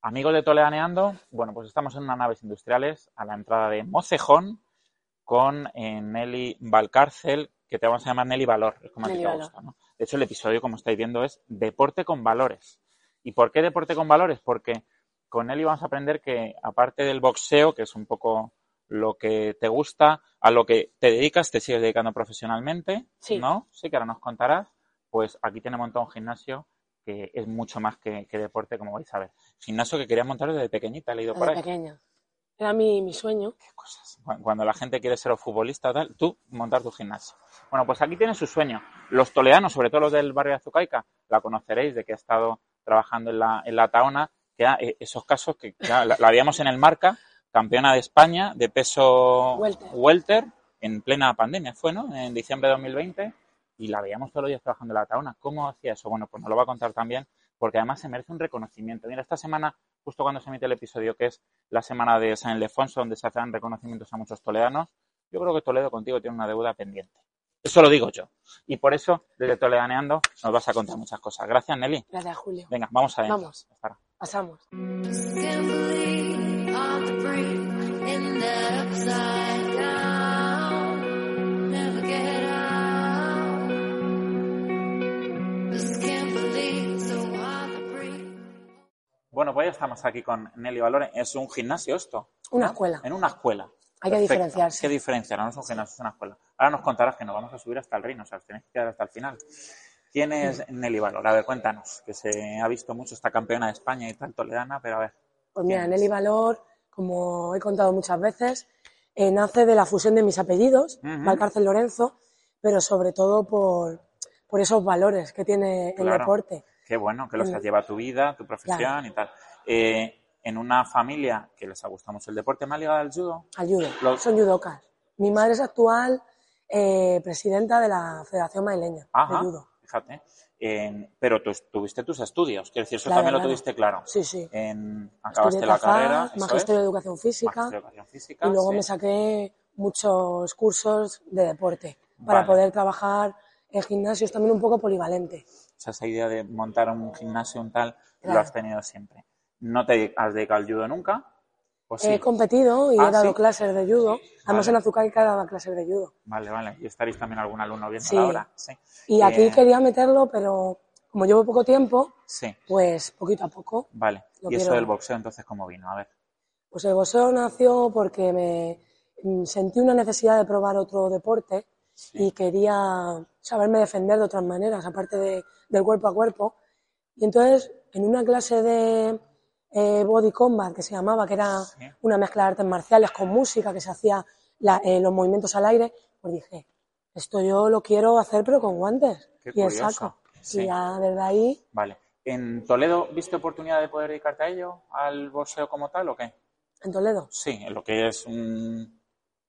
Amigos de Toledaneando, bueno, pues estamos en una naves industriales a la entrada de Mosejón con eh, Nelly Valcárcel, que te vamos a llamar Nelly Valor, es como a ti Nelly te Valor. gusta, ¿no? De hecho, el episodio, como estáis viendo, es Deporte con Valores. ¿Y por qué Deporte con Valores? Porque con Nelly vamos a aprender que, aparte del boxeo, que es un poco lo que te gusta, a lo que te dedicas, te sigues dedicando profesionalmente, Sí. ¿no? Sí, que ahora nos contarás. Pues aquí tiene montado un gimnasio que es mucho más que, que deporte, como vais a ver. Gimnasio que quería montar desde pequeñita, he leído por desde ahí. pequeña. Era mi, mi sueño. cosas. Cu- Cuando la gente quiere ser o futbolista, tal, tú montar tu gimnasio. Bueno, pues aquí tienen su sueño. Los toledanos, sobre todo los del barrio de Azucaica, la conoceréis de que ha estado trabajando en la, en la Taona, que era, eh, esos casos que ya la, la habíamos en el marca, campeona de España de peso Welter. en plena pandemia, fue, ¿no? En diciembre de 2020, y la veíamos todos los días trabajando en la Taona. ¿Cómo hacía eso? Bueno, pues nos lo va a contar también, porque además se merece un reconocimiento. Mira, esta semana, justo cuando se emite el episodio, que es la semana de San Ildefonso, donde se hacen reconocimientos a muchos toledanos. Yo creo que Toledo contigo tiene una deuda pendiente. Eso lo digo yo. Y por eso, desde Toledaneando, nos vas a contar muchas cosas. Gracias, Nelly. Gracias, Julio. Venga, vamos adentro. Vamos. Hasta ahora. Pasamos. Simply off the brink in that upside down. Never get out. Just can't believe so off the brink. Bueno, pues ya estamos aquí con Nelly Valores. Es un gimnasio esto. Una ¿no? escuela. En una escuela. Hay que diferenciarse. Hay que diferenciar. No es un gimnasio, es una escuela. Ahora nos contarás que nos vamos a subir hasta el Rino. O sea, os tenéis que quedar hasta el final. ¿Quién es Nelly Valor? A ver, cuéntanos. Que se ha visto mucho esta campeona de España y tal, toledana, pero a ver. Pues mira, Bien. Nelly Valor, como he contado muchas veces, eh, nace de la fusión de mis apellidos, Ujú. Valcárcel Lorenzo, pero sobre todo por, por esos valores que tiene Claro. el deporte. Qué bueno, que los Mm. has llevado a tu vida, tu profesión Claro. y tal. Eh, en una familia que les ha gustado mucho el deporte, ¿me ha ligado al judo? al judo. Los- Son judocas. Mi madre es actual eh, presidenta de la Federación Madrileña Ajá, de Judo. fíjate. Eh, pero tú tuviste tus estudios, quiero decir, eso Claro, también lo claro. tuviste claro. Sí, sí. En- acabaste Estudié la Tafá, carrera, eso Magisterio es, de Educación Física Magisterio de Educación Física, y luego sí. me saqué muchos cursos de deporte para Vale. poder trabajar en gimnasios también un poco polivalente. O sea, esa idea de montar un gimnasio, un tal, lo Claro. has tenido siempre. ¿No te has dedicado al judo nunca? Pues sí. He competido y Ah, he dado sí. clases de judo. Además Vale. en Azucaica daba clases de judo. Vale, vale. Y estaréis también algún alumno viendo Sí. ahora. Sí. Y aquí Eh, quería meterlo, pero como llevo poco tiempo, Sí, pues poquito a poco vale. Lo y eso quiero- del boxeo, entonces, ¿cómo vino? A ver. Pues el boxeo nació porque me mm, sentí una necesidad de probar otro deporte y quería saberme defender de otras maneras, aparte de- del cuerpo a cuerpo. Y entonces, en una clase de eh, body combat que se llamaba, que era Sí. una mezcla de artes marciales con música, que se hacía la- eh, los movimientos al aire, pues dije, esto yo lo quiero hacer pero con guantes Qué y el curioso. saco. Sí. Y ya desde ahí Vale. ¿En Toledo viste oportunidad de poder dedicarte a ello, al boxeo como tal o qué? en Toledo. Sí, en lo que es un...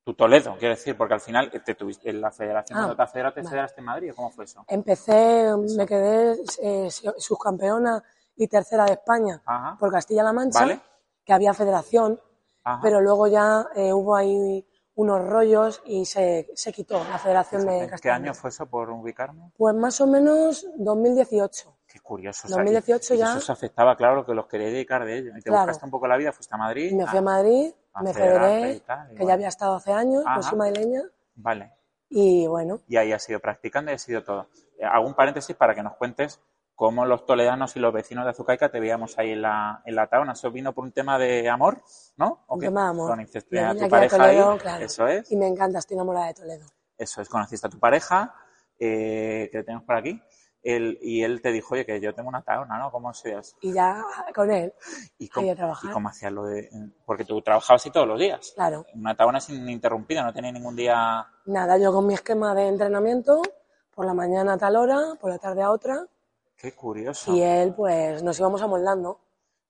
tu Toledo, quiero decir, porque al final eh, te tuviste en la federación, Ah, cuando te federaste, vale. Pues federaste en Madrid, ¿o ¿cómo fue eso? Empecé, me quedé eh, subcampeona y tercera de España Ajá. por Castilla-La Mancha, Vale. que había federación, Ajá. pero luego ya eh, hubo ahí unos rollos y se, se quitó la federación de ¿En Pues ¿Qué Castilla-La año Mancha. fue eso por ubicarme? Pues más o menos 2018. Qué curioso. 2018 Pues y- y ya. Eso se afectaba, claro, que los querías dedicar de ello. Y te Claro. buscaste un poco la vida, fuiste a Madrid. Me fui a ah, Madrid, a me federarte y federé, tal, y que bueno. ya había estado hace años, pues Ajá. soy madrileña, Vale. y bueno, y ahí has ido practicando y has sido todo. Eh, Hago un paréntesis para que nos cuentes cómo los toledanos y los vecinos de Azucaica te veíamos ahí en la, en la taona. Eso vino por un tema de amor, ¿no? ¿O un qué? tema de amor. Conociste Me a vine tu aquí a pareja Toledo, ahí, claro, eso es, y me encanta, estoy enamorada de Toledo. eso es, conociste a tu pareja, eh, que tenemos por aquí, él- y él te dijo, oye, que yo tengo una taona, ¿no? ¿Cómo seas? Y ya con él, ¿Y cómo, Ahí a trabajar. y cómo hacías lo de...? Porque tú trabajabas así todos los días. claro. Una taona sin interrumpida, no tenía ningún día... Nada, yo con mi esquema de entrenamiento, por la mañana a tal hora, por la tarde a otra, Qué curioso. y él, pues nos íbamos amoldando.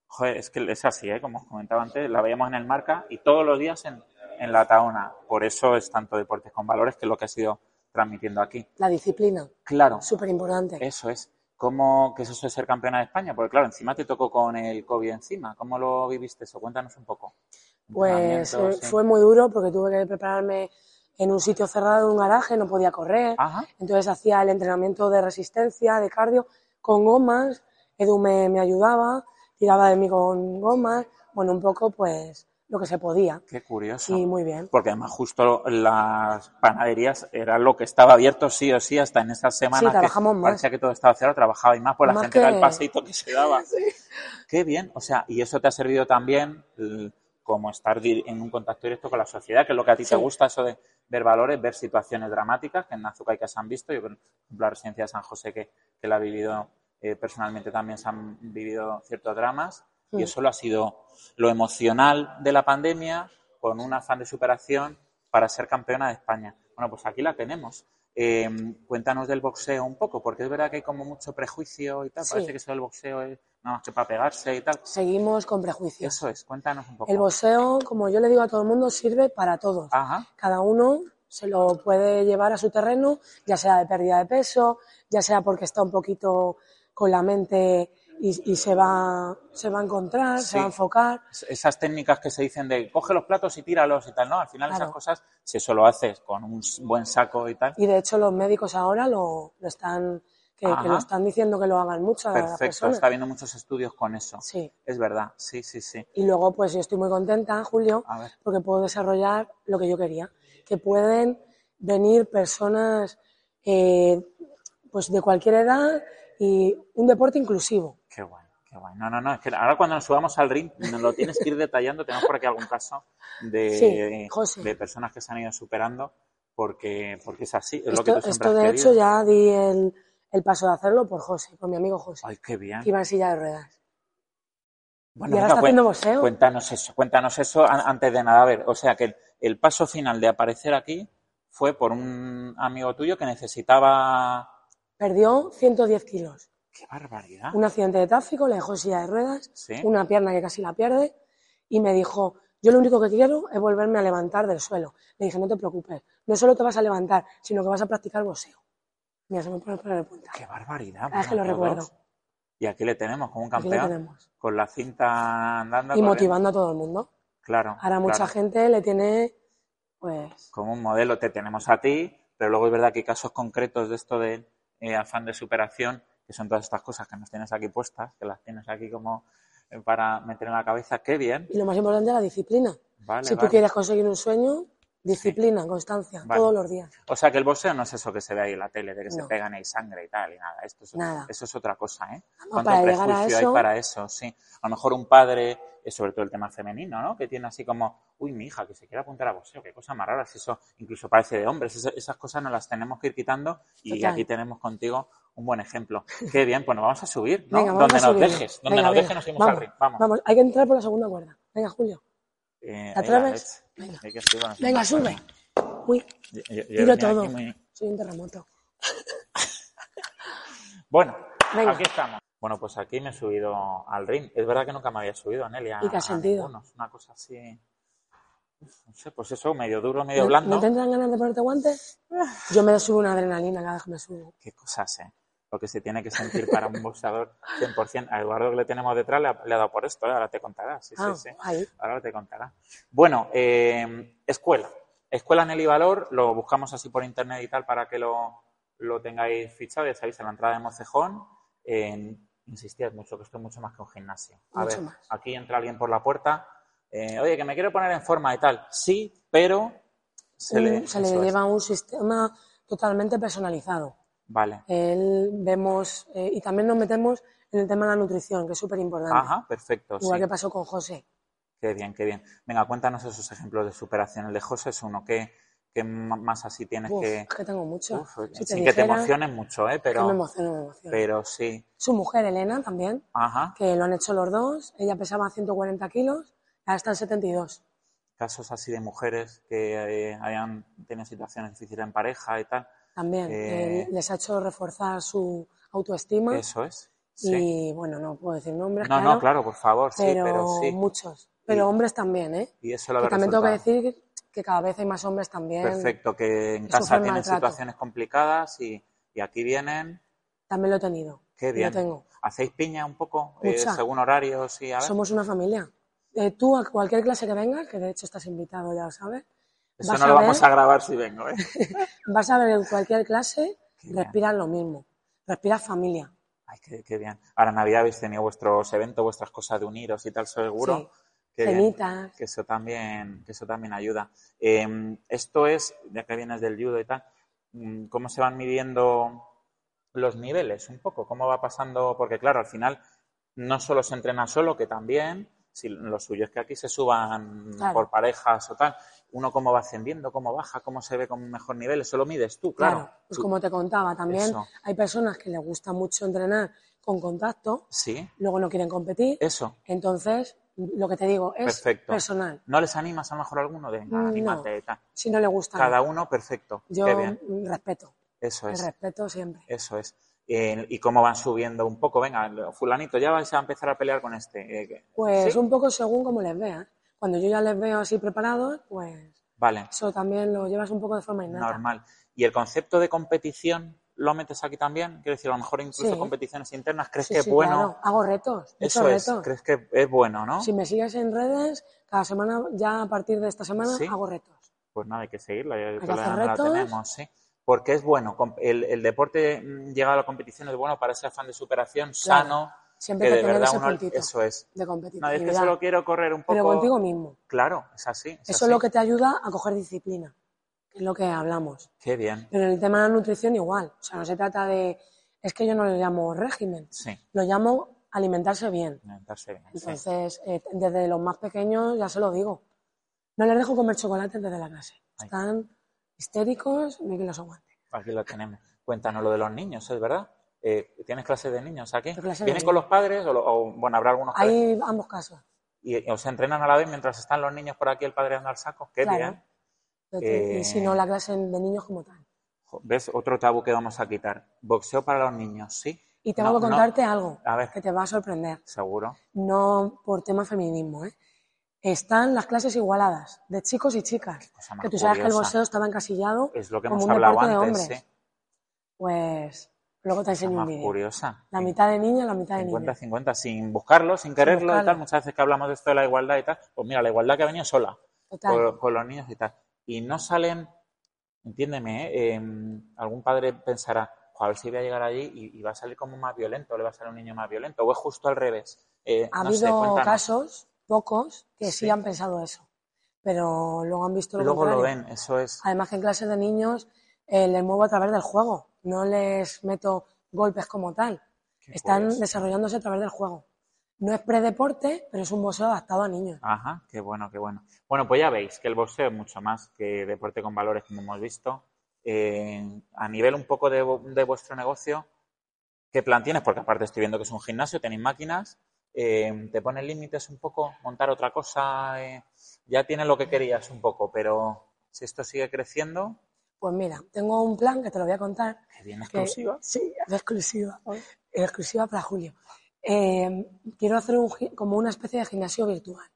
Joder, es que es así, ¿eh? como os comentaba antes, la veíamos en el marca y todos los días en, en la taona. Por eso es tanto Deportes con Valores que es lo que ha sido transmitiendo aquí. La disciplina, Claro, súper importante. eso es. ¿Cómo que es eso de ser campeona de España? Porque claro, encima te tocó con el COVID encima. ¿Cómo lo viviste eso? Cuéntanos un poco. Pues eh, Entrenamiento, sí. fue muy duro porque tuve que prepararme en un sitio cerrado, en un garaje, no podía correr. Ajá, Entonces hacía el entrenamiento de resistencia, de cardio, con gomas. Edu me, me ayudaba, tiraba de mí con gomas, bueno, un poco pues lo que se podía. Qué curioso. Sí, muy bien. Porque además justo las panaderías era lo que estaba abierto sí o sí hasta en esas semanas trabajamos que más. parecía que todo estaba cerrado, trabajaba y más por la Más gente era el que- paseito que se daba. Qué bien, o sea, y eso te ha servido también l- como estar di- en un contacto directo con la sociedad, que es lo que a ti te Sí. gusta, eso de ver valores, ver situaciones dramáticas que en Azucaica se han visto. Yo, por ejemplo, la residencia de San José, que, que la ha vivido eh, personalmente, también se han vivido ciertos dramas. Y Mm. eso lo ha sido lo emocional de la pandemia con un afán de superación para ser campeona de España. Bueno, pues aquí la tenemos. Eh, cuéntanos del boxeo un poco, porque es verdad que hay como mucho prejuicio y tal. Sí. Parece que eso del boxeo es nada más que para pegarse y tal. Seguimos con prejuicios. Eso es, cuéntanos un poco. El boxeo, como yo le digo a todo el mundo, sirve para todos. Ajá, Cada uno se lo puede llevar a su terreno, ya sea de pérdida de peso, ya sea porque está un poquito con la mente y, y se, va, se va a encontrar, Sí. se va a enfocar. Es- esas técnicas que se dicen de coge los platos y tíralos y tal, ¿no? Al final esas Claro. cosas, si eso lo haces con un s- buen saco y tal, Y de hecho los médicos ahora lo, lo están, que, que Ajá. lo están diciendo que lo hagan mucho a las perfecto. personas. Está habiendo muchos estudios con eso. Sí. Es verdad, sí, sí, sí. Y luego pues yo estoy muy contenta, Julio, A ver, porque puedo desarrollar lo que yo quería. Que pueden venir personas eh, pues de cualquier edad y un deporte inclusivo. Qué guay, qué guay. No, no, no, es que ahora cuando nos subamos al ring nos lo tienes que ir detallando. Tenemos por aquí algún caso de, eh, Sí, José. de personas que se han ido superando porque, porque es así, es lo que Esto, tú siempre esto has de querido. hecho ya di el, el paso de hacerlo por José, por mi amigo José, Ay, qué bien. que iba en silla de ruedas. Bueno, y ahora venga, está cuen- haciendo boxeo. Cuéntanos eso, cuéntanos eso an- antes de nada. A ver, o sea que el, el paso final de aparecer aquí fue por un amigo tuyo que necesitaba... Perdió 110 kilos. ¡Qué barbaridad! Un accidente de tráfico, le dejó en silla de ruedas, Sí. una pierna que casi la pierde, y me dijo, yo lo único que quiero es volverme a levantar del suelo. Le dije, no te preocupes, no solo te vas a levantar, sino que vas a practicar boxeo. Mira, se me pone por el punta. ¡Qué barbaridad! Ah, es que mira, lo todos. recuerdo. Y aquí le tenemos como un Aquí lo campeón, tenemos. con la cinta andando. Y corriendo. motivando a todo el mundo. Claro. Ahora mucha claro. gente le tiene, pues, como un modelo te tenemos a ti, pero luego es verdad que hay casos concretos de esto de eh, afán de superación, que son todas estas cosas que nos tienes aquí puestas, que las tienes aquí como eh, para meter en la cabeza. ¡Qué bien! y lo más importante, la disciplina. Vale, si tú vale. quieres conseguir un sueño, disciplina, constancia, Vale. todos los días. O sea que el boxeo no es eso que se ve ahí en la tele, de que se No. pegan y hay sangre y tal, y nada. Esto es, Nada. Eso es otra cosa, ¿eh? Vamos, ¿Cuánto para llegar a prejuicio hay eso- para eso? Sí. A lo mejor un padre, eh, sobre todo el tema femenino, ¿no? Que tiene así como, uy, mi hija, que se quiere apuntar a boxeo, qué cosa más rara, si eso incluso parece de hombres. Esa- esas cosas nos las tenemos que ir quitando y Total. aquí tenemos contigo un buen ejemplo. Qué bien, pues nos vamos a subir, ¿no? Venga, vamos donde a nos subirlo. dejes, donde Venga, nos venga, dejes nos subimos vamos, al ring. Vamos. Vamos, hay que entrar por la segunda cuerda. Venga, Julio. Eh, ¿Te ahí la atreves? leche. Venga. Hay que subir, bueno, sí. Venga, sube. Uy, Yo- yo- yo he tiro venido todo. aquí muy- Soy un terremoto. Bueno, Venga. aquí estamos. Bueno, pues aquí me he subido al ring. Es verdad que nunca me había subido, Nelia. ¿Y qué has sentido? Una cosa así. uf, No sé, pues eso, medio duro, medio ¿No, blando. ¿no tendrán ganas de ponerte guantes? Yo me subo una adrenalina cada vez que me subo. Qué cosas, ¿eh? Lo que se tiene que sentir para un boxeador 100%. A Eduardo que le tenemos detrás le ha, le ha dado por esto, ¿eh? ahora te contará. Sí, Ah, sí, sí. ahí. Ahora te contará. Bueno, eh, escuela. Escuela Nelly Valor, lo buscamos así por internet y tal para que lo, lo tengáis fichado. Ya sabéis, en la entrada de Mocejón. Eh, insistid mucho, que esto es mucho más que un gimnasio. A Mucho ver, más. aquí entra alguien por la puerta. eh, Oye, que me quiero poner en forma y tal. Sí, pero se le, Un- Mm, se le eso es. lleva un sistema totalmente personalizado. Vale. Él vemos, eh, y también nos metemos en el tema de la nutrición, que es súper importante. Ajá, perfecto. Igual sí. que pasó con José. Qué bien, qué bien. Venga, cuéntanos esos ejemplos de superación. El de José es uno. ¿Qué, qué m- más así tienes Uf, que...? es que tengo mucho. Uf, Si sin que dijera, te emociones mucho, ¿eh? que me Pero, emociono, me emociono. pero sí. Su mujer, Elena, también, Ajá. que lo han hecho los dos. Ella pesaba 140 kilos, ahora está en 72. Casos así de mujeres que eh, hayan tenido situaciones difíciles en pareja y tal. También Eh. eh, les ha hecho reforzar su autoestima. Eso es. Sí. Y bueno, no puedo decir nombres, No, claro, no, claro, por favor, sí, pero, pero sí. muchos. Pero Y- hombres también, ¿eh? Y eso lo Que habrá también tengo que resultado. decir que cada vez hay más hombres también. Perfecto, que en que casa sufren tienen maltrato. situaciones complicadas y, y aquí vienen. También lo he tenido. Qué y bien. Lo tengo. ¿Hacéis piña un poco? Eh, Mucha. según horarios y a ver. Somos una familia. Eh, tú a cualquier clase que vengas, que de hecho estás invitado, ya lo sabes, Eso vas no a lo ver- vamos a grabar si vengo, ¿eh? vas a ver en cualquier clase, Qué bien. respiras lo mismo. Respiras familia. Ay, qué, qué bien. Ahora Navidad habéis tenido vuestros eventos, vuestras cosas de uniros y tal, seguro. Sí. Qué bien. Cenitas. que eso también, que eso también ayuda. Eh, esto es, ya que vienes del judo y tal, mm, ¿cómo se van midiendo los niveles un poco? ¿Cómo va pasando? Porque claro, al final no solo se entrena solo, que también, si lo suyo es que aquí se suban Claro. por parejas o tal, uno cómo va ascendiendo, cómo baja, cómo se ve con mejor nivel, eso lo mides tú, claro. Claro, pues Tú- como te contaba, también Eso. hay personas que les gusta mucho entrenar con contacto, Sí, luego no quieren competir, eso. entonces lo que te digo es Eh. Perfecto. personal, ¿No les animas a lo mejor alguno de Mm, No. anímate y tal"? si no le gusta. Cada uno perfecto. yo Qué bien. Pues mm, respeto, Eso el es. respeto siempre. Eso es. Eh, y cómo van subiendo un poco. Venga, fulanito, ya vais a empezar a pelear con este. Eh, que- Pues ¿sí? un poco según como les veas. Cuando yo ya les veo así preparados, pues Vale, eso también lo llevas un poco de forma innata. normal. ¿Y el concepto de competición lo metes aquí también? Quiero decir, a lo mejor incluso Sí. competiciones internas. ¿Crees Sí, que sí, es bueno? claro. Hago retos, muchos Eso es. retos. ¿Crees que es bueno, no? Si me sigues en redes, cada semana, ya a partir de esta semana, Sí. hago retos. Pues nada, hay que seguirla. ya el que problema hacer no la retos. tenemos, sí. Porque es bueno. com- El, el deporte mm, llegado a la competición es bueno para ese afán de superación Claro. sano. Siempre que hay de que tener verdad ese uno. puntito Eso es. de No, competitividad. es que solo quiero correr un poco. Pero contigo mismo. Claro, es así. es Eso así. es lo que te ayuda a coger disciplina, que es lo que hablamos. Qué bien. Pero en el tema de la nutrición igual. O sea, no se trata de... Es que yo no lo llamo régimen, Sí, lo llamo alimentarse bien. alimentarse bien. sí. Entonces, eh, desde los más pequeños ya se lo digo. No les dejo comer chocolate desde la clase. Ay. Están histéricos, ni que los aguante. Aquí lo tenemos. Cuéntanos lo de los niños, ¿es verdad? Eh, ¿Tienes clases de niños aquí? Tengo clases de ¿Vienen con niños. los padres o, lo- o, bueno, habrá algunos que- Hay ambos casos. y, y os entrenan a la vez mientras están los niños por aquí, el padre anda al saco? Qué Claro. bien. Yo te- Eh. Y si no, la clase de niños como tal. Jo, ¿Ves? Otro tabú que vamos a quitar. Boxeo para los niños, ¿sí? Y tengo No, que no. Ah. contarte algo A ver. que te va a sorprender. Seguro. No por tema feminismo, ¿eh? Están las clases igualadas de chicos y chicas. cosa más Que tú sabes que el curiosa. boxeo estaba encasillado Es lo que como hemos un hablado deporte de antes, hombres. sí. Pues luego te Cosa enseño un más vídeo. curiosa. La mitad de niños, la mitad de niños. 50-50, sin buscarlo, sin quererlo y tal. buscarlo. Muchas veces que hablamos de esto de la igualdad y tal, pues mira, la igualdad que ha venido sola. Total. con, con los niños y tal. Y no salen, entiéndeme, ¿eh? Eh, algún padre pensará, "Jo, a ver si voy a llegar allí y, y va a salir como más violento, o le va a salir un niño más violento, o es justo al revés. Eh, Ha no sé, habido cuéntanos. casos, pocos, que sí. Sí. han pensado eso. Pero luego han visto lo Luego lo contrario. ven, eso es. Además que en clases de niños eh, les muevo a través del juego, no les meto golpes como tal. Qué Están curioso. desarrollándose a través del juego. No es predeporte, pero es un boxeo adaptado a niños. Ajá, qué bueno, qué bueno. Bueno, pues ya veis que el boxeo es mucho más que deporte con valores, como hemos visto. Eh, a nivel un poco de, vu- de vuestro negocio, ¿qué plan tienes? Porque aparte estoy viendo que es un gimnasio, tenéis máquinas, eh, te ponen límites un poco, montar otra cosa, eh, ya tienes lo que querías un poco, pero si esto sigue creciendo, Pues mira, tengo un plan que te lo voy a contar. que bien que- exclusiva. Sí, es exclusiva. Es exclusiva para Julio. Eh, quiero hacer un gi- como una especie de gimnasio virtual.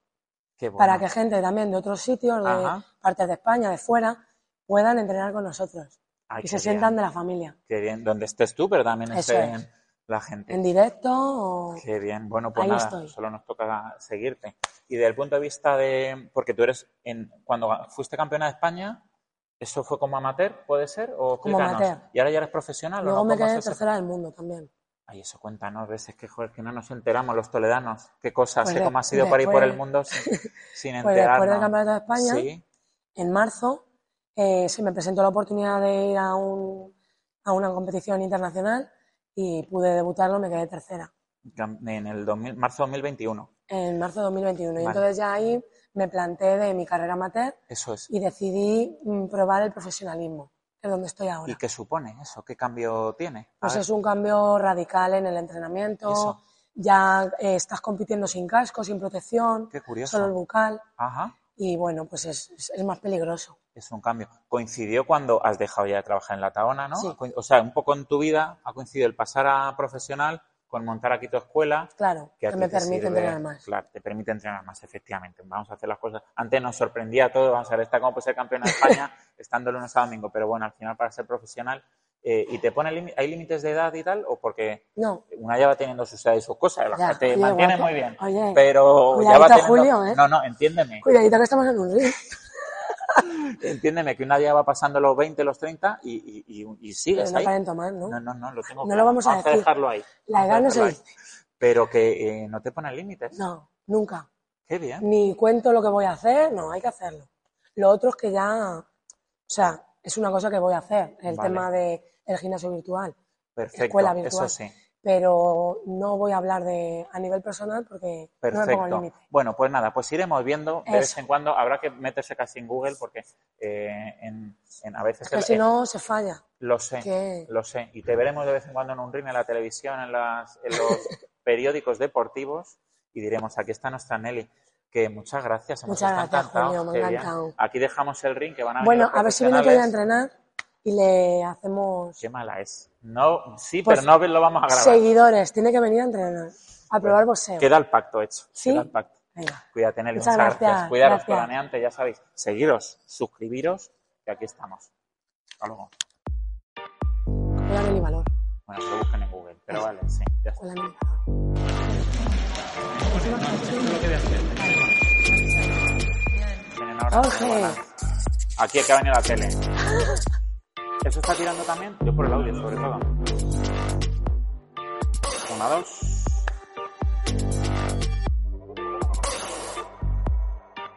Qué bueno. para que gente también de otros sitios, de Ajá. partes de España, de fuera, puedan entrenar con nosotros Ay, y qué se bien, sientan de la familia, Qué bien, donde estés tú, pero también Eso esté es. la gente. en directo o... Qué bien, bueno, pues Ahí nada, estoy. solo nos toca seguirte. Y desde el punto de vista de, porque tú eres, en, cuando ga- fuiste campeona de España, ¿eso fue como amateur, puede ser? O Como explícanos. amateur. ¿Y ahora ya eres profesional o Luego no? me ¿Cómo quedé es eso? tercera del mundo también. Ay, eso cuéntanos, ves, es que, joder, que no nos enteramos los toledanos, qué cosas, Pues ¿eh? de- cómo has ido por ahí por el después- mundo sin, sin Pues después del enterarnos. Campeonato de España, Sí, en marzo, eh, se me presentó la oportunidad de ir a, un- a una competición internacional y pude debutarlo, me quedé tercera cam- en el 2000, marzo de 2021, en marzo de 2021. Y Vale. entonces ya ahí me planté de mi carrera amateur eso es. y decidí mm, probar el profesionalismo, que es donde estoy ahora. ¿Y qué supone eso? ¿Qué cambio tiene? Ah, A Pues ver, es un cambio radical en el entrenamiento. Eso. Ya eh, estás compitiendo sin casco, sin protección, qué curioso. solo el bucal. Ajá. Y bueno, pues es, es- es más peligroso. Es un cambio. Coincidió cuando has dejado ya de trabajar en la Taona, ¿no? Sí. Ha coin- O sea, un poco en tu vida ha coincidido el pasar a profesional con montar aquí tu escuela. Claro, a que, ti me te permite sirve- entrenar más. Claro, te permite entrenar más, efectivamente. Vamos a hacer las cosas. Antes nos sorprendía todo, vamos a ver, esta cómo puede ser campeona de España estando lunes a domingo, pero bueno, al final para ser profesional. eh, ¿Y te pone lími- hay límites de edad y tal? ¿O porque No, una ya va teniendo sus edades y sus cosas? la Ya, gente oye, mantiene guapo. muy bien. Oye, pero ya va cuidadito, teniendo. Julio, ¿eh? No, no, entiéndeme. cuidadito que estamos en un ring. Entiéndeme que una ya va pasando los 20, los 30 y, y, y, y Pero sigues no ahí. aparento más, ¿no? No, no, no, lo tengo No claro. lo vamos a decir. dejarlo ahí. La Vamos a edad no se dejarlo ahí. dice. Pero que eh, no te ponen límites. No, nunca. Qué bien. Ni cuento lo que voy a hacer, no, hay que hacerlo. Lo otro es que ya, o sea, es una cosa que voy a hacer, el Vale. tema del gimnasio virtual. Perfecto. escuela virtual. Eso sí. Pero no voy a hablar de a nivel personal porque no me pongo Perfecto. límite. bueno, pues nada, pues iremos viendo de vez Eso. en cuando. Habrá que meterse casi en Google porque eh, en, en- a veces Es que el- si eh, no, se falla. lo sé, que- lo sé. Y te veremos de vez en cuando en un ring, en la televisión, en, las, en los periódicos deportivos y diremos, aquí está nuestra Nelly. Que muchas gracias. hemos Muchas estado gracias, Julio, encantados, me qué ha bien. encantado. Aquí dejamos el ring que van a venir Bueno, los a ver si viene otro día a profesionales. entrenar y le hacemos Qué mala es. No, sí, Pues, pero no lo vamos a grabar. seguidores. Tiene que venir a entrenar, a probar boxeo. Queda el pacto hecho. ¿Sí? Queda el pacto. Venga. Cuídate, Nelly. Muchas Muchas, gracias, gracias. Cuidaros, gracias. planeante, ya sabéis. Seguiros, suscribiros, que aquí estamos. Hasta luego. Hola, Nelly Valor. Bueno, que lo busquen en Google, pero vale, sí, ya está. Hola, Nelly Valor. Vienen ahora. Jorge. no van a- Aquí hay que ha venido la tele. ¿Eso está tirando también? Yo por el audio, sobre todo. Una, dos.